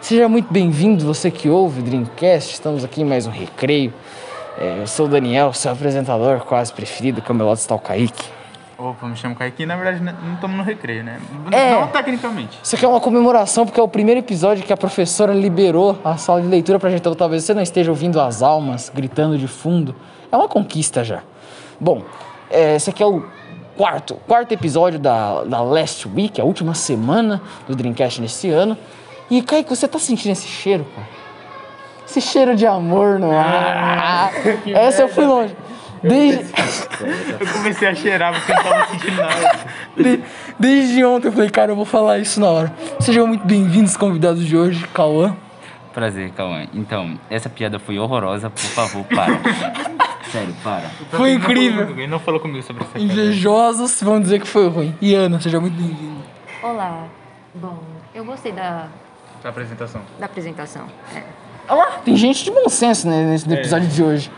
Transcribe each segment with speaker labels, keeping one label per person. Speaker 1: Seja muito bem-vindo, você que ouve o Dreamcast. Estamos aqui em mais um recreio. É, eu sou o Daniel, seu apresentador quase preferido, Camelot está o Kaique.
Speaker 2: Opa, me chamo Kaique. Na verdade, n- não estamos no recreio, né?
Speaker 1: É.
Speaker 2: Não tecnicamente.
Speaker 1: Isso aqui é uma comemoração porque é o primeiro episódio que a professora liberou a sala de leitura pra gente. Então talvez você não esteja ouvindo as almas gritando de fundo. É uma conquista já. Bom, é, esse aqui é o quarto, quarto episódio da, da Last Week, a última semana do Dreamcast nesse ano. E, Kaique, você tá sentindo esse cheiro, cara? Esse cheiro de amor no ar.
Speaker 2: que
Speaker 1: Essa eu fui longe. Desde...
Speaker 2: Eu comecei a cheirar porque eu não tava sentindo nada.
Speaker 1: De- desde ontem eu falei, cara, eu vou falar isso na hora. Sejam muito bem-vindos, convidados de hoje, Cauã.
Speaker 3: Prazer, Cauã. Então, essa piada foi horrorosa, por favor, para. Sério, para.
Speaker 1: Foi incrível.
Speaker 2: Ele não falou comigo sobre essa coisa.
Speaker 1: Invejosos vão dizer que foi ruim. E Ana, seja muito bem-vinda.
Speaker 4: Olá. Bom, eu gostei da,
Speaker 2: Essa apresentação.
Speaker 4: da apresentação. É.
Speaker 1: Olha lá, tem gente de bom senso né, nesse episódio de hoje.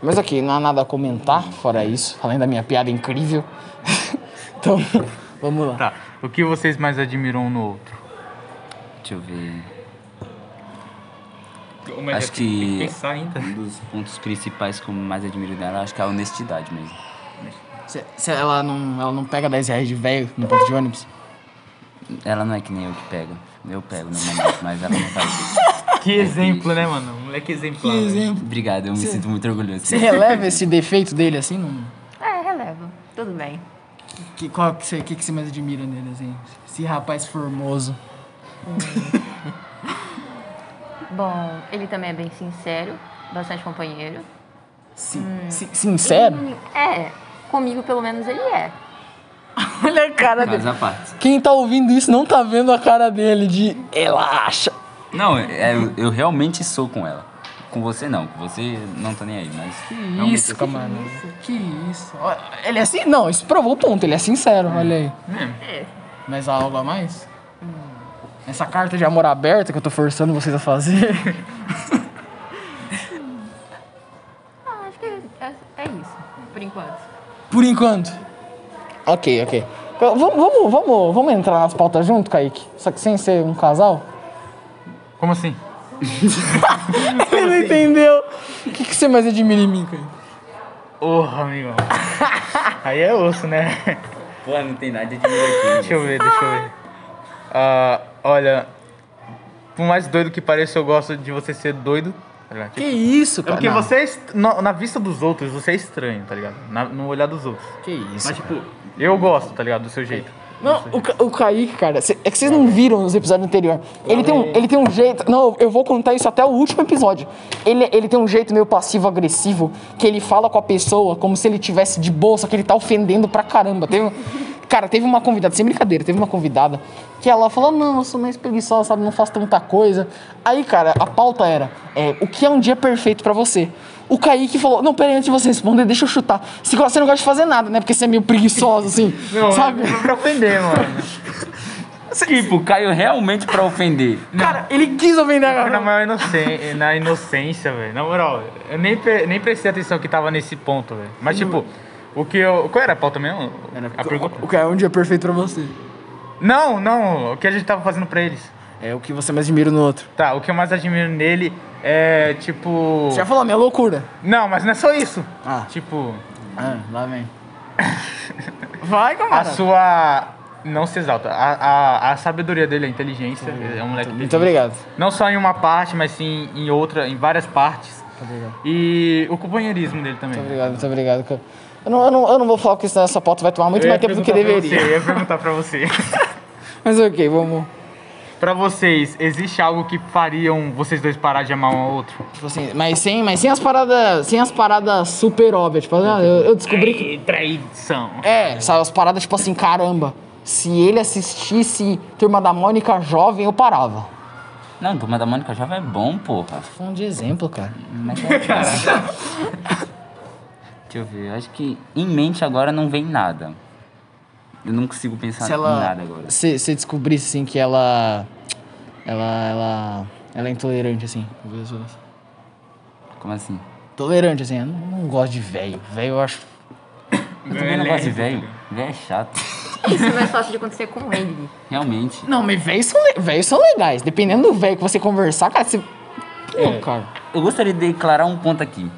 Speaker 1: Mas ok, não há nada a comentar fora isso, além da minha piada incrível. então, vamos lá.
Speaker 2: Tá. O que vocês mais admiram um no outro?
Speaker 3: Deixa eu ver.
Speaker 2: Mas
Speaker 3: Acho que-
Speaker 2: Tem que pensar ainda.
Speaker 3: Um dos pontos principais que eu mais admiro dela, acho que é a honestidade mesmo.
Speaker 1: Se, se ela, não, ela não pega 10 reais de velho no ponto de ônibus.
Speaker 3: Ela não é que nem eu que pego. Eu pego no momento, mas ela não faz isso.
Speaker 2: Que exemplo, né, mano? Um moleque exemplar.
Speaker 1: Que
Speaker 2: velho.
Speaker 1: exemplo.
Speaker 3: Obrigado, eu me sinto muito orgulhoso.
Speaker 1: Você releva esse defeito dele assim? Não...
Speaker 4: É, relevo. Tudo bem.
Speaker 1: Que, qual que você, que, que você mais admira nele, assim? Esse rapaz formoso.
Speaker 4: Bom, ele também é bem sincero, bastante companheiro.
Speaker 1: Sin- sin- sincero?
Speaker 4: Hum, É, comigo pelo menos ele é.
Speaker 1: Olha a cara dele.
Speaker 3: Mas a parte.
Speaker 1: Quem tá ouvindo isso não tá vendo a cara dele de ela acha.
Speaker 3: Não, é- eu, eu realmente sou com ela. Com você não, com você não tô nem aí, mas.
Speaker 1: É um
Speaker 3: realmente eu sou.
Speaker 1: camarada. Que isso. Ó, Ele é assim? Não, isso provou o ponto. Ele é sincero, olha aí.
Speaker 4: É.
Speaker 1: Mas há algo a mais? Essa carta de amor aberta que eu tô forçando vocês a fazer.
Speaker 4: Ah, acho que é, é isso, por enquanto.
Speaker 1: Por enquanto. Ok, ok. Vamos, vamos, vamos, vamos entrar nas pautas junto, Kaique? Só que sem ser um casal?
Speaker 2: Como assim?
Speaker 1: Ele não entendeu. O que, que você mais admira em mim, Kaique?
Speaker 2: Porra, amigão. Aí é osso, né?
Speaker 3: Pô, não tem nada de admirar aqui.
Speaker 2: Deixa eu ver, deixa eu ver. Ah, olha, por mais doido que pareça, eu gosto de você ser doido. tá ligado?
Speaker 1: Que isso,
Speaker 2: É
Speaker 1: cara.
Speaker 2: porque
Speaker 1: Não.
Speaker 2: você é est- no- na vista dos outros, você é estranho, tá ligado? Na- no olhar dos outros.
Speaker 1: Que isso.
Speaker 2: Mas, tipo, eu gosto, tá ligado? Do seu jeito.
Speaker 1: Não, o, Ca- o Kaique, cara, cê- é que vocês não viram nos episódios anteriores. Ele tem, um, ele tem um jeito. Não, eu vou contar isso até o último episódio. Ele, ele tem um jeito meio passivo-agressivo que ele fala com a pessoa como se ele tivesse de boa, só que ele tá ofendendo pra caramba. Teve, um, cara, teve uma convidada, sem brincadeira, teve uma convidada que ela falou: Não, eu sou mais preguiçosa, sabe? Não faço tanta coisa. Aí, cara, a pauta era: é, O que é um dia perfeito pra você? O Kaique falou: Não, peraí, antes de você responder, deixa eu chutar. Se você não gosta de fazer nada, né? Porque você é meio preguiçoso, assim. sabe?
Speaker 2: é pra ofender, mano.
Speaker 3: Tipo, Caio realmente pra ofender.
Speaker 1: Cara, ele quis ofender a
Speaker 2: Foi Tipo, na
Speaker 1: galera.
Speaker 2: maior inocência, na inocência, velho. Na moral, eu nem, pre- nem prestei atenção que tava nesse ponto, velho. Mas, tipo, o que eu. Qual era a pauta mesmo? a pergunta?
Speaker 1: O cara é um dia perfeito pra você.
Speaker 2: Não, não, o que a gente tava fazendo pra eles.
Speaker 1: É o que você mais admira no outro.
Speaker 2: Tá, o que eu mais admiro nele é, tipo.
Speaker 1: Você já falou a minha loucura.
Speaker 2: Não, mas não é só isso.
Speaker 1: Ah.
Speaker 2: Tipo,
Speaker 1: Ah, lá vem. Vai,
Speaker 2: a
Speaker 1: camarada.
Speaker 2: sua. Não se exalta. A, a, a sabedoria dele, a inteligência. É um moleque
Speaker 1: Muito
Speaker 2: inteligente.
Speaker 1: obrigado.
Speaker 2: Não só em uma parte, mas sim em outra, em várias partes.
Speaker 1: Obrigado.
Speaker 2: E o companheirismo dele também.
Speaker 1: Muito obrigado, muito obrigado. cara. Eu não, eu, não, eu não vou falar porque senão essa pauta vai tomar muito
Speaker 2: Eu ia
Speaker 1: mais tempo do que
Speaker 2: perguntar pra
Speaker 1: deveria.
Speaker 2: Você, eu ia perguntar pra você.
Speaker 1: Mas ok, vamos.
Speaker 2: pra vocês, existe algo que fariam vocês dois parar de amar um ao outro?
Speaker 1: Tipo assim, mas sem, mas sem as paradas. Sem as paradas super óbvias. Tipo, ah, eu, eu descobri que.
Speaker 2: Ai, Traição.
Speaker 1: É, sabe, as paradas tipo assim, caramba. Se ele assistisse Turma da Mônica jovem, eu parava.
Speaker 3: Não, turma da Mônica já vai bom, porra.
Speaker 1: Foi um de exemplo, cara.
Speaker 3: Mas é Deixa eu ver, eu acho que em mente agora não vem nada. Eu não consigo pensar
Speaker 1: se ela
Speaker 3: em Tá nada agora.
Speaker 1: Se, se descobrisse assim que ela ela ela ela é intolerante assim, às vezes.
Speaker 3: Como assim?
Speaker 1: Tolerante assim, eu não, não gosto de velho. Velho eu acho
Speaker 3: Eu também não gosto de um velho. Velho é chato.
Speaker 4: Isso é mais fácil de acontecer com ele.
Speaker 3: Realmente.
Speaker 1: Não, mas velhos são, le- véios são legais. Dependendo do velho que você conversar, cara, você. Pô, cara.
Speaker 3: Eu gostaria de declarar um ponto aqui.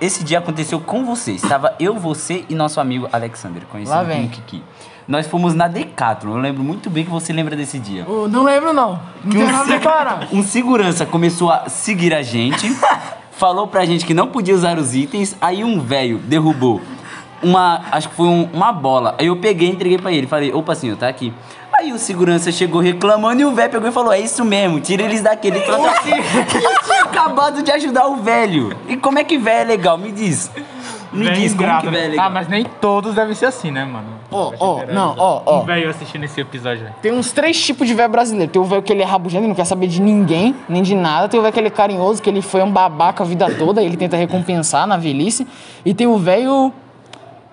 Speaker 3: Esse dia aconteceu com você. Estava eu, você e nosso amigo Alexander, conhecido
Speaker 1: Lá vem.
Speaker 3: como Kiki. Nós fomos na Decathlon. Eu lembro muito bem que você lembra desse dia.
Speaker 1: Eu não lembro, não. Não
Speaker 3: Que
Speaker 1: tem
Speaker 3: um,
Speaker 1: nada a
Speaker 3: se-
Speaker 1: declarar.
Speaker 3: um segurança começou a seguir a gente, falou pra gente que não podia usar os itens, aí um velho derrubou uma, acho que foi um- uma bola. Aí eu peguei e entreguei pra ele, falei, opa senhor, tá aqui. Aí o segurança chegou reclamando e o velho pegou e falou, é isso mesmo, tira eles daqui. Ele falou, eu tinha acabado de ajudar o velho. E como é que velho é legal? Me diz. Me
Speaker 2: Velho
Speaker 3: diz, como que
Speaker 2: ingrato, né?
Speaker 3: velho é
Speaker 2: Ah,
Speaker 3: legal?
Speaker 2: mas nem todos devem ser assim, né, mano?
Speaker 1: Ó,
Speaker 2: Vai te
Speaker 1: ó,
Speaker 2: interagir.
Speaker 1: não, ó, ó.
Speaker 2: Um velho assistindo esse episódio, velho.
Speaker 1: Tem uns três tipos de velho brasileiro. Tem o velho que ele é rabugento e não quer saber de ninguém, nem de nada. Tem o velho que ele é carinhoso, que ele foi um babaca a vida toda e ele tenta recompensar na velhice. E tem o velho.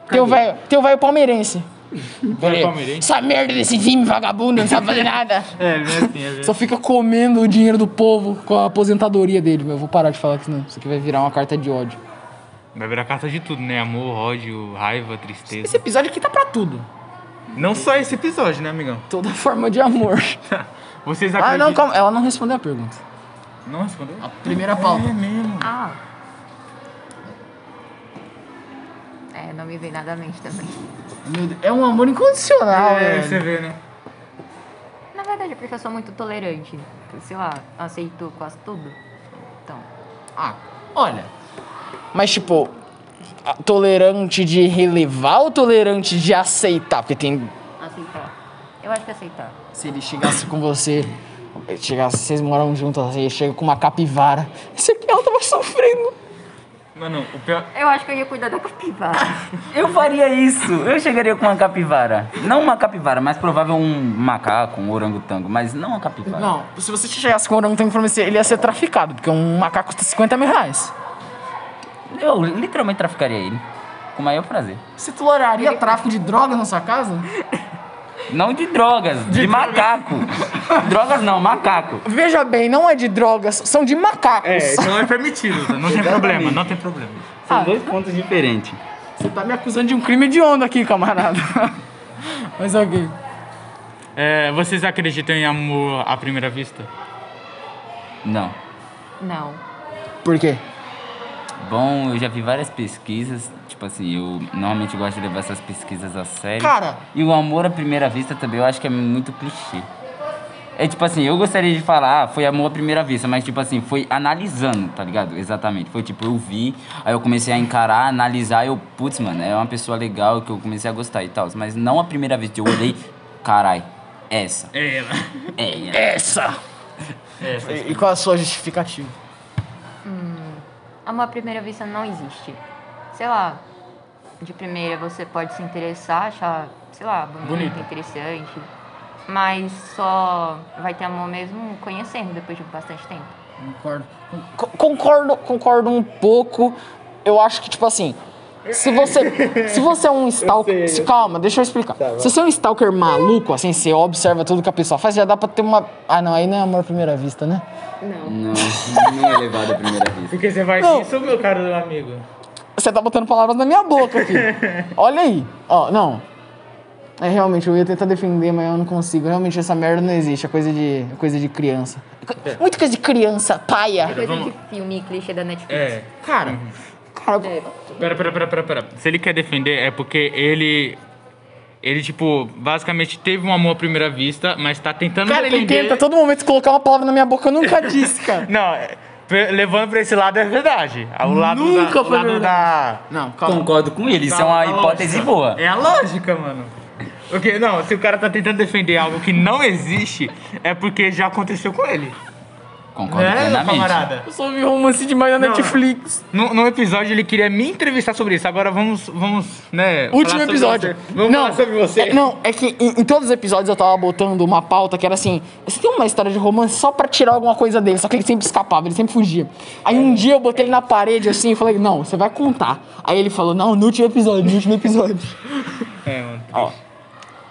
Speaker 1: Tem o velho. Tem o velho palmeirense.
Speaker 2: Velho palmeirense.
Speaker 1: Essa merda desse time, vagabundo, não sabe fazer nada.
Speaker 2: É, é assim, é
Speaker 1: Só fica comendo o dinheiro do povo com a aposentadoria dele, meu. Eu vou parar de falar que senão isso aqui vai virar uma carta de ódio.
Speaker 2: Vai virar carta de tudo, né? Amor, ódio, raiva, tristeza.
Speaker 1: Esse episódio aqui tá pra tudo.
Speaker 2: Não só esse episódio, né, amigão?
Speaker 1: Toda forma de amor.
Speaker 2: Vocês
Speaker 1: Ah,
Speaker 2: acreditam...
Speaker 1: não, Ah, calma. Ela não respondeu a pergunta.
Speaker 2: Não respondeu?
Speaker 1: Primeira pauta.
Speaker 2: É mesmo.
Speaker 4: Ah. É, não me veio nada à mente também.
Speaker 1: Meu Deus, É um amor incondicional,
Speaker 2: é,
Speaker 1: velho.
Speaker 2: você vê, né?
Speaker 4: Na verdade, é porque eu sou muito tolerante. Sei lá, aceito quase tudo. Então,
Speaker 1: Ah, olha. Mas, tipo, a- tolerante de relevar ou tolerante de aceitar? Porque tem.
Speaker 4: aceitar. Eu acho que aceitar.
Speaker 1: Se ele chegasse com você. Chegasse, vocês moram juntos assim, ele chega com uma capivara. Isso aqui ela tava sofrendo.
Speaker 2: Mano, o pior...
Speaker 4: Eu acho que eu ia cuidar da capivara.
Speaker 3: Eu faria isso. Eu chegaria com uma capivara. Não uma capivara, mas provável um macaco, um orangotango, mas não uma capivara.
Speaker 1: Não, se você chegasse com um orangotango pra você, ele ia ser traficado, porque um macaco custa 50 mil reais.
Speaker 3: Eu literalmente traficaria ele. Com o maior prazer.
Speaker 1: Você toleraria tráfico de drogas na sua casa?
Speaker 3: Não de drogas, de, macaco. drogas não, macaco.
Speaker 1: Veja bem, não é de drogas, são de macacos.
Speaker 2: É, isso não é permitido, tá? não tem problema, não tem problema.
Speaker 3: São dois pontos diferentes.
Speaker 1: Você tá me acusando de um crime de onda aqui, camarada. Mas ok.
Speaker 2: É, vocês acreditam em amor à primeira vista?
Speaker 3: Não.
Speaker 4: Não.
Speaker 1: Por quê?
Speaker 3: Bom, eu já vi várias pesquisas. Tipo assim, eu normalmente gosto de levar essas pesquisas a sério.
Speaker 1: Cara.
Speaker 3: E o amor à primeira vista também eu acho que é muito clichê. É tipo assim, eu gostaria de falar, ah, foi amor à primeira vista, mas tipo assim, foi analisando, tá ligado? Exatamente. Foi tipo, eu vi, aí eu comecei a encarar, analisar, eu, putz, mano, é uma pessoa legal que eu comecei a gostar e tal. Mas não à primeira vista, eu olhei, carai, essa.
Speaker 2: É ela.
Speaker 3: É, é.
Speaker 1: Essa!
Speaker 2: É essa.
Speaker 1: E, e qual é a sua justificativa?
Speaker 4: Amor à primeira vista não existe. Sei lá, de primeira você pode se interessar, achar, sei lá, bonito,
Speaker 2: Bonito.
Speaker 4: interessante. Mas só vai ter amor mesmo conhecendo depois de bastante tempo.
Speaker 1: Concordo. Concordo, concordo um pouco. Eu acho que, tipo assim, se você, se você é um stalker. se- calma, deixa eu explicar. se você é um stalker maluco, assim, você observa tudo que a pessoa faz, já dá pra ter uma. Ah, não, aí não é amor à primeira vista, né?
Speaker 3: Não, não é levado à primeira vista.
Speaker 2: Porque você vai
Speaker 1: Não.
Speaker 2: isso, meu caro amigo.
Speaker 1: Você tá botando palavras na minha boca aqui. Olha aí. Ó, não. É realmente, eu ia tentar defender, mas eu não consigo. Realmente, essa merda não existe. É coisa de, é coisa de criança. Muita coisa de criança, paia.
Speaker 4: Coisa
Speaker 2: vamos-
Speaker 4: de filme clichê da Netflix.
Speaker 2: É.
Speaker 1: Cara, cara,
Speaker 4: É.
Speaker 2: Pera, pera, pera, pera, pera. Se ele quer defender, é porque ele. Ele, tipo, basicamente teve um amor à primeira vista, mas tá tentando
Speaker 1: Cara, ele
Speaker 2: defender.
Speaker 1: tenta a todo momento colocar uma palavra na minha boca, eu nunca disse, cara.
Speaker 2: Não, é- pe- levando pra esse lado é verdade. O lado
Speaker 1: Nunca
Speaker 2: da, o
Speaker 1: foi
Speaker 2: lado da,
Speaker 1: Não, calma.
Speaker 3: Concordo com ele, isso é uma
Speaker 2: da
Speaker 3: hipótese
Speaker 2: lógica.
Speaker 3: boa.
Speaker 2: É a lógica, mano. Porque, não, se o cara tá tentando defender algo que não existe, é porque já aconteceu com ele.
Speaker 3: Concordo
Speaker 2: Né, meu
Speaker 3: plenamente.
Speaker 2: camarada?
Speaker 1: Eu só vi um romance demais na
Speaker 2: Não.
Speaker 1: Netflix.
Speaker 2: No, no episódio ele queria me entrevistar sobre isso. Agora vamos, vamos, né?
Speaker 1: Último
Speaker 2: falar sobre
Speaker 1: episódio.
Speaker 2: você. Vamos falar sobre você.
Speaker 1: É, não, é que em, em todos os episódios eu tava botando uma pauta que era assim: você tem uma história de romance só pra tirar alguma coisa dele, só que ele sempre escapava, ele sempre fugia. Aí um dia eu botei ele na parede assim e falei: não, você vai contar. Aí ele falou: não, no último episódio, no último episódio.
Speaker 2: É, mano.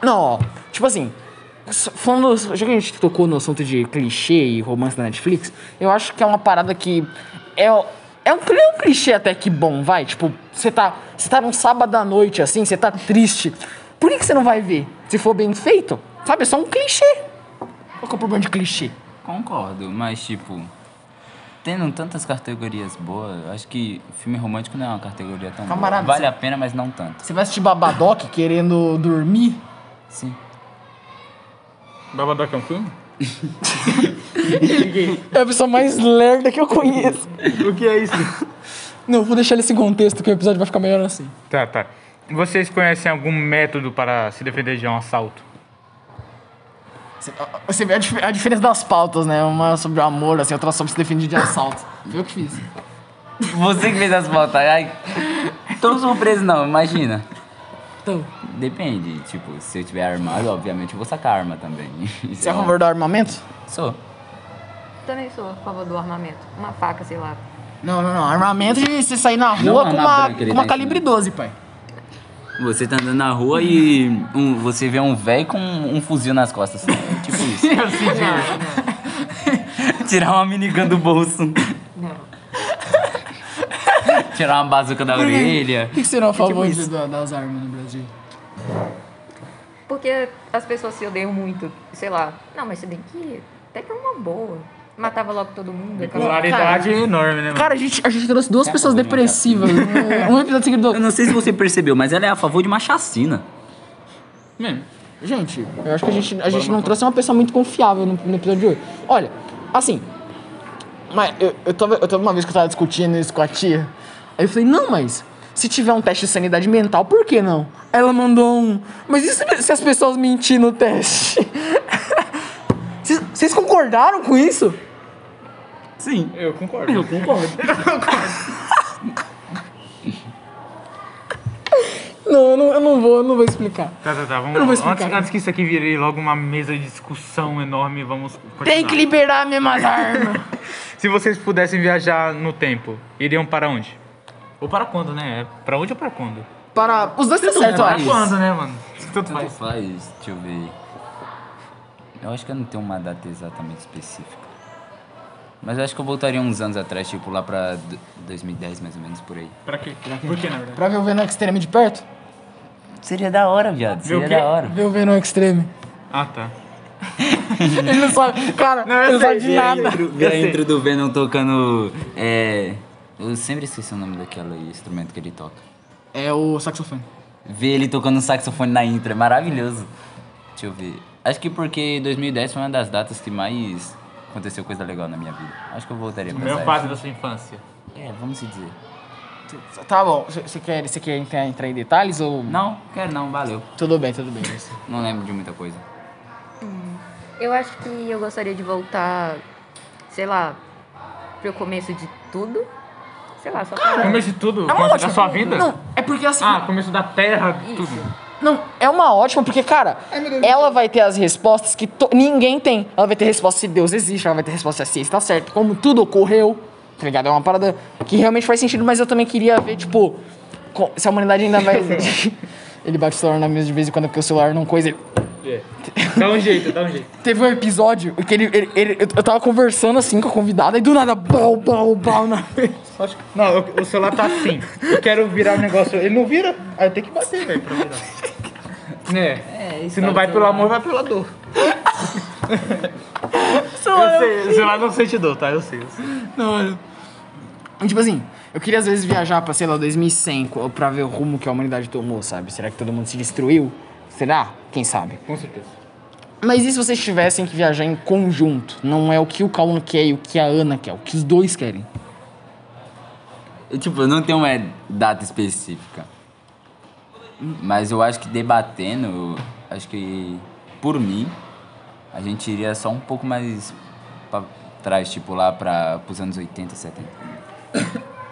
Speaker 1: Não, ó, tipo assim, s- falando, já que a gente tocou no assunto de clichê e romance da Netflix, eu acho que é uma parada que é, o- é, um, cli- é um clichê até que bom, vai, tipo, você tá, você tá num sábado à noite, assim, você tá triste, Por que, que você não vai ver? Se for bem feito, sabe? É só um clichê. Qual que é o problema de clichê?
Speaker 3: Concordo, mas tipo. Tendo tantas categorias boas, eu acho que filme romântico não é uma categoria tão
Speaker 1: Camarada,
Speaker 3: boa. Vale
Speaker 1: você-
Speaker 3: a pena, mas não tanto.
Speaker 1: Você vai assistir Babadoc querendo dormir?
Speaker 3: Sim.
Speaker 2: Babadoc é um filme?
Speaker 1: É a pessoa mais lerda que eu conheço.
Speaker 2: O que é isso?
Speaker 1: Não, vou deixar ele sem contexto, que o episódio vai ficar melhor assim.
Speaker 2: tá, tá. Vocês conhecem algum método para se defender de um assalto?
Speaker 1: Você- Você vê a, dif- a diferença das pautas, né? Uma sobre o amor, assim, outra sobre se defender de assalto. Viu o que fiz?
Speaker 3: Você que fez as fotos, ai. Tô surpreso não, imagina.
Speaker 1: Então,
Speaker 3: Depende, tipo, se eu tiver armado, obviamente eu vou sacar arma também. Então,
Speaker 1: você é a favor do armamento?
Speaker 3: Sou.
Speaker 4: Também sou a favor do armamento. Uma faca, sei lá.
Speaker 1: Não, não, não. Armamento de você sair na
Speaker 3: Não,
Speaker 1: rua
Speaker 3: não,
Speaker 1: com
Speaker 3: não,
Speaker 1: uma,
Speaker 3: não, que ele
Speaker 1: com uma
Speaker 3: tá
Speaker 1: calibre 12, pai.
Speaker 3: Você tá andando na rua e um- você vê um velho com um fuzil nas costas. Tipo isso. Tirar uma minigun do bolso.
Speaker 4: Não.
Speaker 3: Tirar uma bazuca da orelha.
Speaker 1: Por que que você não é a favor de- da- das armas no Brasil?
Speaker 4: Porque as pessoas se odeiam muito. Sei lá. Não, mas você tem que. Até que é uma boa. Matava logo todo mundo. acabava.
Speaker 2: Popularidade enorme, né, mano?
Speaker 1: Cara, a gente, a gente trouxe duas pessoas
Speaker 3: vou brincar.
Speaker 1: depressivas. um um episódio seguido do
Speaker 3: Eu
Speaker 1: outro.
Speaker 3: não sei se você percebeu, mas ela é a favor de uma chacina.
Speaker 1: Gente, eu acho que a gente, a gente não trouxe uma pessoa muito confiável no, no episódio de hoje. Olha, assim. Mas eu, eu, tava, eu tava uma vez que eu tava discutindo isso com a tia. Aí eu falei, não, mas se tiver um teste de sanidade mental, por que não? Aí Ela mandou um. Mas e se, se as pessoas mentirem no teste? Vocês- Vocês concordaram com isso?
Speaker 3: Sim.
Speaker 2: Eu concordo. Eu concordo.
Speaker 1: Não, eu não, eu não vou, eu não vou explicar.
Speaker 2: Tá, tá, tá. Vamos,
Speaker 1: Eu não vou explicar,
Speaker 2: antes,
Speaker 1: cara.
Speaker 2: antes que isso aqui vire logo uma mesa de discussão enorme, vamos continuar.
Speaker 1: Tem que liberar mesmo as armas.
Speaker 2: Se vocês pudessem viajar no tempo, iriam para onde? Ou para quando, né? É Para onde ou para quando?
Speaker 1: Para. Os dois tá certo, eu
Speaker 3: Para
Speaker 1: acho.
Speaker 2: Quando, né, mano? Tanto
Speaker 3: Tanto
Speaker 2: faz.
Speaker 3: faz, deixa eu ver. Eu acho que eu não tenho uma data exatamente específica. Mas eu acho que eu voltaria uns anos atrás, tipo lá pra do- 2010 mais ou menos, por aí.
Speaker 2: Pra quê? Por quê, na verdade?
Speaker 1: Pra ver o Venom Extreme de perto?
Speaker 3: Seria da hora, viado.
Speaker 2: Viu o
Speaker 3: Seria
Speaker 2: quê?
Speaker 3: da hora.
Speaker 1: Ver o Venom Extreme.
Speaker 2: Ah, tá.
Speaker 1: Ele não sabe. Cara,
Speaker 2: Não, eu
Speaker 1: ele não
Speaker 2: sei,
Speaker 1: sabe de
Speaker 2: vi aí,
Speaker 1: nada.
Speaker 3: Ver a
Speaker 2: sei.
Speaker 3: intro do Venom tocando. É. Eu sempre esqueci o nome daquele instrumento que ele toca.
Speaker 1: É o saxofone.
Speaker 3: Ver ele tocando saxofone na intro é maravilhoso. Deixa eu ver. Acho que porque 2010 foi uma das datas que mais aconteceu coisa legal na minha vida. Acho que eu voltaria pra
Speaker 2: Melhor
Speaker 3: essa
Speaker 2: fase da sua infância.
Speaker 3: época. É, vamos se dizer.
Speaker 1: Tá bom, você quer, você quer entrar, entrar em detalhes ou.
Speaker 3: Não, quero não, valeu.
Speaker 1: Tudo bem, tudo bem.
Speaker 3: Não lembro de muita coisa.
Speaker 4: Eu acho que eu gostaria de voltar, sei lá, pro começo de tudo. Sei lá, só pra...
Speaker 2: Começo de tudo, começo da sua vida?
Speaker 1: Não, é porque assim.
Speaker 2: Ah, começo da terra, tudo.
Speaker 1: Não, é uma ótima, porque, cara, ela vai ter as respostas que to- ninguém tem. Ela vai ter resposta se Deus existe, ela vai ter resposta se a ciência tá certa, como tudo ocorreu, tá ligado? É uma parada que realmente faz sentido, mas eu também queria ver, tipo, co- se a humanidade ainda vai existir. ele bate o celular na mesa de vez em quando, porque o celular não coisa. ele-
Speaker 2: Dá um jeito, dá um jeito.
Speaker 1: Teve um episódio que ele, ele- ele- eu eu tava conversando assim com a convidada e do nada, bal, bal, bal na mesa.
Speaker 2: Não, o, o celular tá assim. Eu quero virar o negócio. Ele não vira? Aí eu tenho que bater, velho, pra virar. É, se não vai pelo amor, vai pela dor. eu sei, o celular não sente dor, tá? Eu sei, eu sei.
Speaker 1: Não, olha. E, Tipo assim, eu queria às vezes viajar pra, sei lá, 2100 co- pra ver o rumo que a humanidade tomou, sabe? Será que todo mundo se destruiu? Será? Quem sabe?
Speaker 2: Com certeza.
Speaker 1: Mas e se vocês tivessem que viajar em conjunto? Não é o que o Cauã quer e o que a Ana quer, é o que os dois querem.
Speaker 3: Eu, tipo, eu não tenho uma data específica. Mas eu acho que debatendo, eu acho que por mim, a gente iria só um pouco mais pra trás, tipo lá pra, pros anos 80, 70.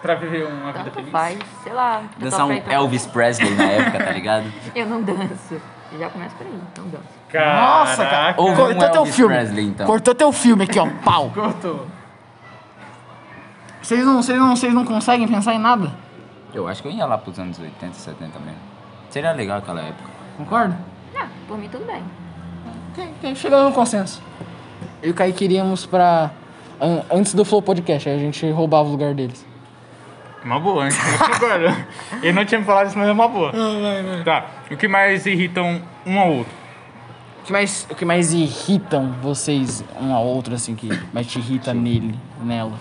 Speaker 2: Pra viver uma vida
Speaker 4: Tanto
Speaker 2: feliz.
Speaker 4: faz, sei lá. eu
Speaker 3: Dançar
Speaker 4: só
Speaker 3: um
Speaker 4: pra ir pra-
Speaker 3: Elvis Presley na época, tá ligado?
Speaker 4: Eu não danço. Já começa por aí, não danço.
Speaker 1: Nossa, cara.
Speaker 3: Ou
Speaker 1: Cortou
Speaker 3: um
Speaker 1: teu
Speaker 3: Elvis
Speaker 1: filme.
Speaker 3: Presley, então.
Speaker 1: Cortou teu filme aqui, ó. Pau.
Speaker 2: Cortou.
Speaker 1: Vocês não, vocês não, vocês não conseguem pensar em nada?
Speaker 3: Eu acho que eu ia lá pros anos 80, 70 mesmo. Seria legal aquela época.
Speaker 1: Concorda?
Speaker 4: Ah, por mim tudo bem.
Speaker 1: Ok, ok, Chegamos no consenso. Eu e o Kaique iríamos pra. an- antes do Flow Podcast, aí a gente roubava o lugar deles.
Speaker 2: Uma boa, hein? Agora, ele não tinha me falado isso, mas é uma boa. Tá. O que mais irritam um ao outro?
Speaker 1: O que mais, o que mais irritam vocês um ao outro, assim, que mais te irrita nele, nela?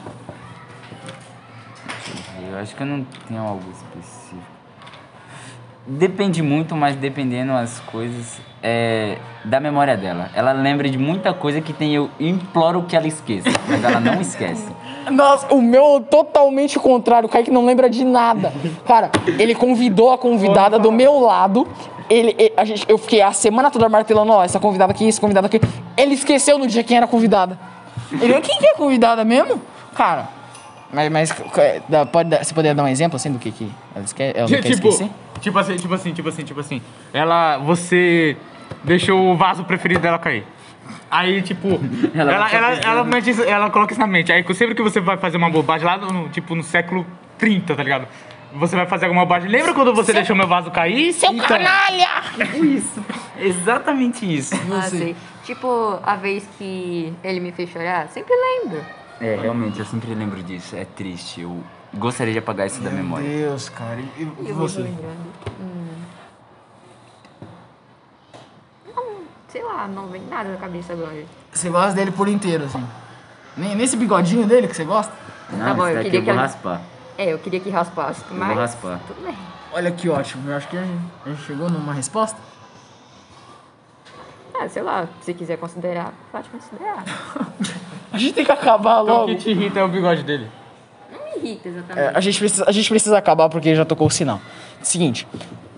Speaker 3: Eu acho que eu não tenho algo específico. Depende muito, mas dependendo as coisas é, da memória dela. Ela lembra de muita coisa que tem eu imploro que ela esqueça, mas ela não esquece.
Speaker 1: Nossa, o meu é totalmente o contrário. O Kaique não lembra de nada. Cara, ele convidou a convidada do meu lado. Ele, e- a gente, eu fiquei a semana toda martelando, ó, essa convidada aqui, esse convidado aqui. Ele esqueceu no dia quem era a convidada. Ele, quem que é a convidada mesmo? Cara, mas, mas é, dá- pode dar- você poderia dar um exemplo, assim, do que, que ela esquece? Ela não quer
Speaker 2: tipo,
Speaker 1: esquecer?
Speaker 2: tipo assim, tipo assim, tipo assim, tipo assim. Ela, você deixou o vaso preferido dela cair. Aí, tipo, ela, ela, ela, mete isso- ela coloca isso na mente. Aí, sempre que você vai fazer uma bobagem lá, no- no, tipo, no século 30, tá ligado? Você vai fazer alguma bobagem. Lembra quando você deixou meu vaso cair? Então,
Speaker 1: Seu canalha!
Speaker 3: Exatamente isso.
Speaker 4: Ah, sei. Tipo, a vez que ele me fez chorar, sempre lembro.
Speaker 3: É, realmente, eu sempre lembro disso. É triste. Eu gostaria de apagar isso da memória.
Speaker 5: Deus, cara. E,
Speaker 4: E
Speaker 5: e
Speaker 4: eu vivo
Speaker 5: você?
Speaker 4: lembrando. Hum. Não, sei lá, não vem nada na cabeça agora.
Speaker 1: Você gosta dele por inteiro, assim. Nem, nem esse bigodinho dele que você gosta?
Speaker 3: Não,
Speaker 4: Tá bom,
Speaker 3: isso
Speaker 4: eu
Speaker 3: daqui
Speaker 4: queria
Speaker 3: eu vou
Speaker 4: que ela-
Speaker 3: raspar.
Speaker 4: É, eu queria que raspasse,
Speaker 3: Eu
Speaker 4: mas...
Speaker 3: vou raspar.
Speaker 4: Tudo bem.
Speaker 1: Olha que ótimo. Eu acho que a gente, a gente chegou numa resposta.
Speaker 4: Ah, sei lá, se quiser considerar, pode considerar.
Speaker 1: A gente tem que acabar
Speaker 2: Então, o
Speaker 1: logo.
Speaker 2: que te irrita é o bigode dele.
Speaker 4: Não me irrita exatamente.
Speaker 1: É, a, gente precisa, a gente precisa acabar porque já tocou o sinal. Seguinte,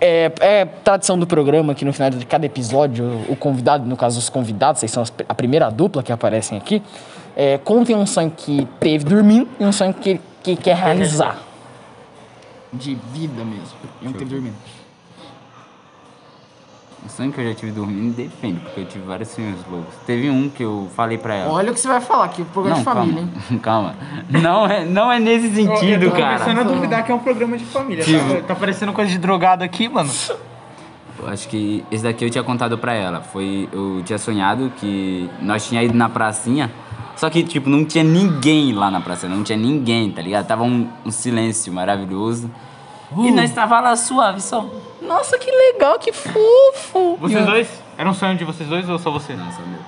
Speaker 1: é, é tradição do programa que no final de cada episódio, o convidado, no caso os convidados, vocês são as- a primeira dupla que aparecem aqui, é, contem um sonho que teve dormindo e um sonho que, que quer realizar. De vida mesmo. E um que teve dormindo.
Speaker 3: O sonho que eu já tive dormindo depende, porque eu tive vários sonhos loucos. Teve um que eu falei pra ela.
Speaker 1: Olha o que você vai falar aqui, programa
Speaker 3: não,
Speaker 1: de família, hein?
Speaker 3: calma, calma. Não é, não é nesse sentido,
Speaker 2: eu tô
Speaker 3: cara. Tipo,
Speaker 2: começando a duvidar que é um programa de família. Tá, tá parecendo coisa de drogado aqui, mano.
Speaker 3: Eu Acho que esse daqui eu tinha contado pra ela. Foi. Eu tinha sonhado que nós tinha ido na pracinha. Só que, tipo, não tinha ninguém lá na praça, não tinha ninguém, tá ligado? Tava um, um silêncio maravilhoso.
Speaker 1: Uh.
Speaker 3: E nós tava lá suave, só.
Speaker 1: Nossa, que legal, que fofo!
Speaker 2: Vocês dois? Era um sonho de vocês dois ou só você?
Speaker 3: Nossa, meu.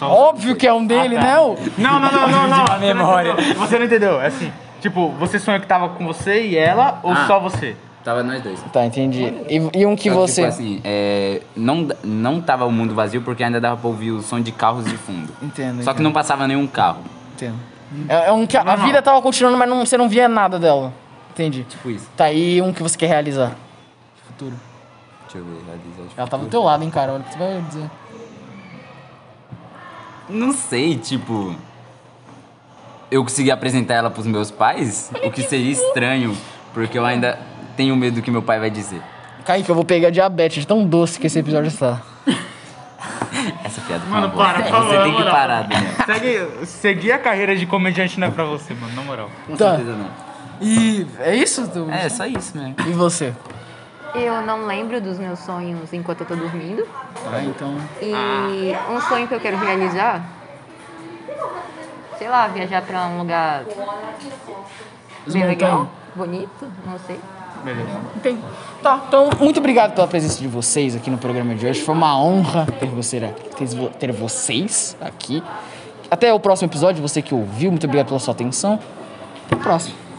Speaker 2: Só você.
Speaker 1: Óbvio que é um dele,
Speaker 3: Ah, tá.
Speaker 1: né? ô?
Speaker 2: Não, não, não, não, não.
Speaker 3: Uma
Speaker 2: Você não
Speaker 3: memória.
Speaker 2: entendeu. Você não entendeu. É assim, tipo, você sonhou que tava com você e ela ou
Speaker 3: Ah.
Speaker 2: só você?
Speaker 3: Tava nós dois.
Speaker 1: Tá, entendi. E, e um que
Speaker 3: Só
Speaker 1: você.
Speaker 3: Tipo assim, é, não, não tava o mundo vazio porque ainda dava pra ouvir o som de carros de fundo.
Speaker 1: Entendo,
Speaker 3: Só que não passava nenhum carro.
Speaker 1: Entendo. É, é um que a, a vida tava continuando, mas não, você não via nada dela. Entendi.
Speaker 3: Tipo isso.
Speaker 1: Tá aí um que você quer realizar. Futuro.
Speaker 3: Deixa eu ver, realizar de
Speaker 1: Ela tá tava do
Speaker 3: futuro.
Speaker 1: teu lado, hein, cara? Olha o que você vai dizer.
Speaker 3: Não sei, tipo. Eu consegui apresentar ela pros meus pais, o que seria estranho, porque eu ainda tenho medo do que meu pai vai dizer.
Speaker 1: Kaique, eu vou pegar diabetes de tão doce que esse episódio está.
Speaker 3: Essa piada foi
Speaker 2: Mano,
Speaker 3: uma boa.
Speaker 2: para, por
Speaker 3: Você
Speaker 2: favor,
Speaker 3: tem que
Speaker 2: moral.
Speaker 3: parar, Daniel.
Speaker 2: Segue, seguir a carreira de comediante não é pra você, mano, na moral.
Speaker 3: Com
Speaker 1: Tá.
Speaker 3: certeza não.
Speaker 1: E é isso? Du?
Speaker 3: É, só isso mesmo.
Speaker 1: E você?
Speaker 4: Eu não lembro dos meus sonhos enquanto eu tô dormindo.
Speaker 1: Tá, então.
Speaker 4: E um sonho que eu quero realizar... Sei lá, viajar pra um lugar...
Speaker 1: As
Speaker 4: Bem legal,
Speaker 1: montanhas.
Speaker 4: bonito, não sei.
Speaker 2: Beleza.
Speaker 1: Tem. Tá, então, muito obrigado pela presença de vocês aqui no programa de hoje. Foi uma honra ter, você, ter, vo- ter vocês aqui. Até o próximo episódio, você que ouviu, muito obrigado pela sua atenção. Até o próximo.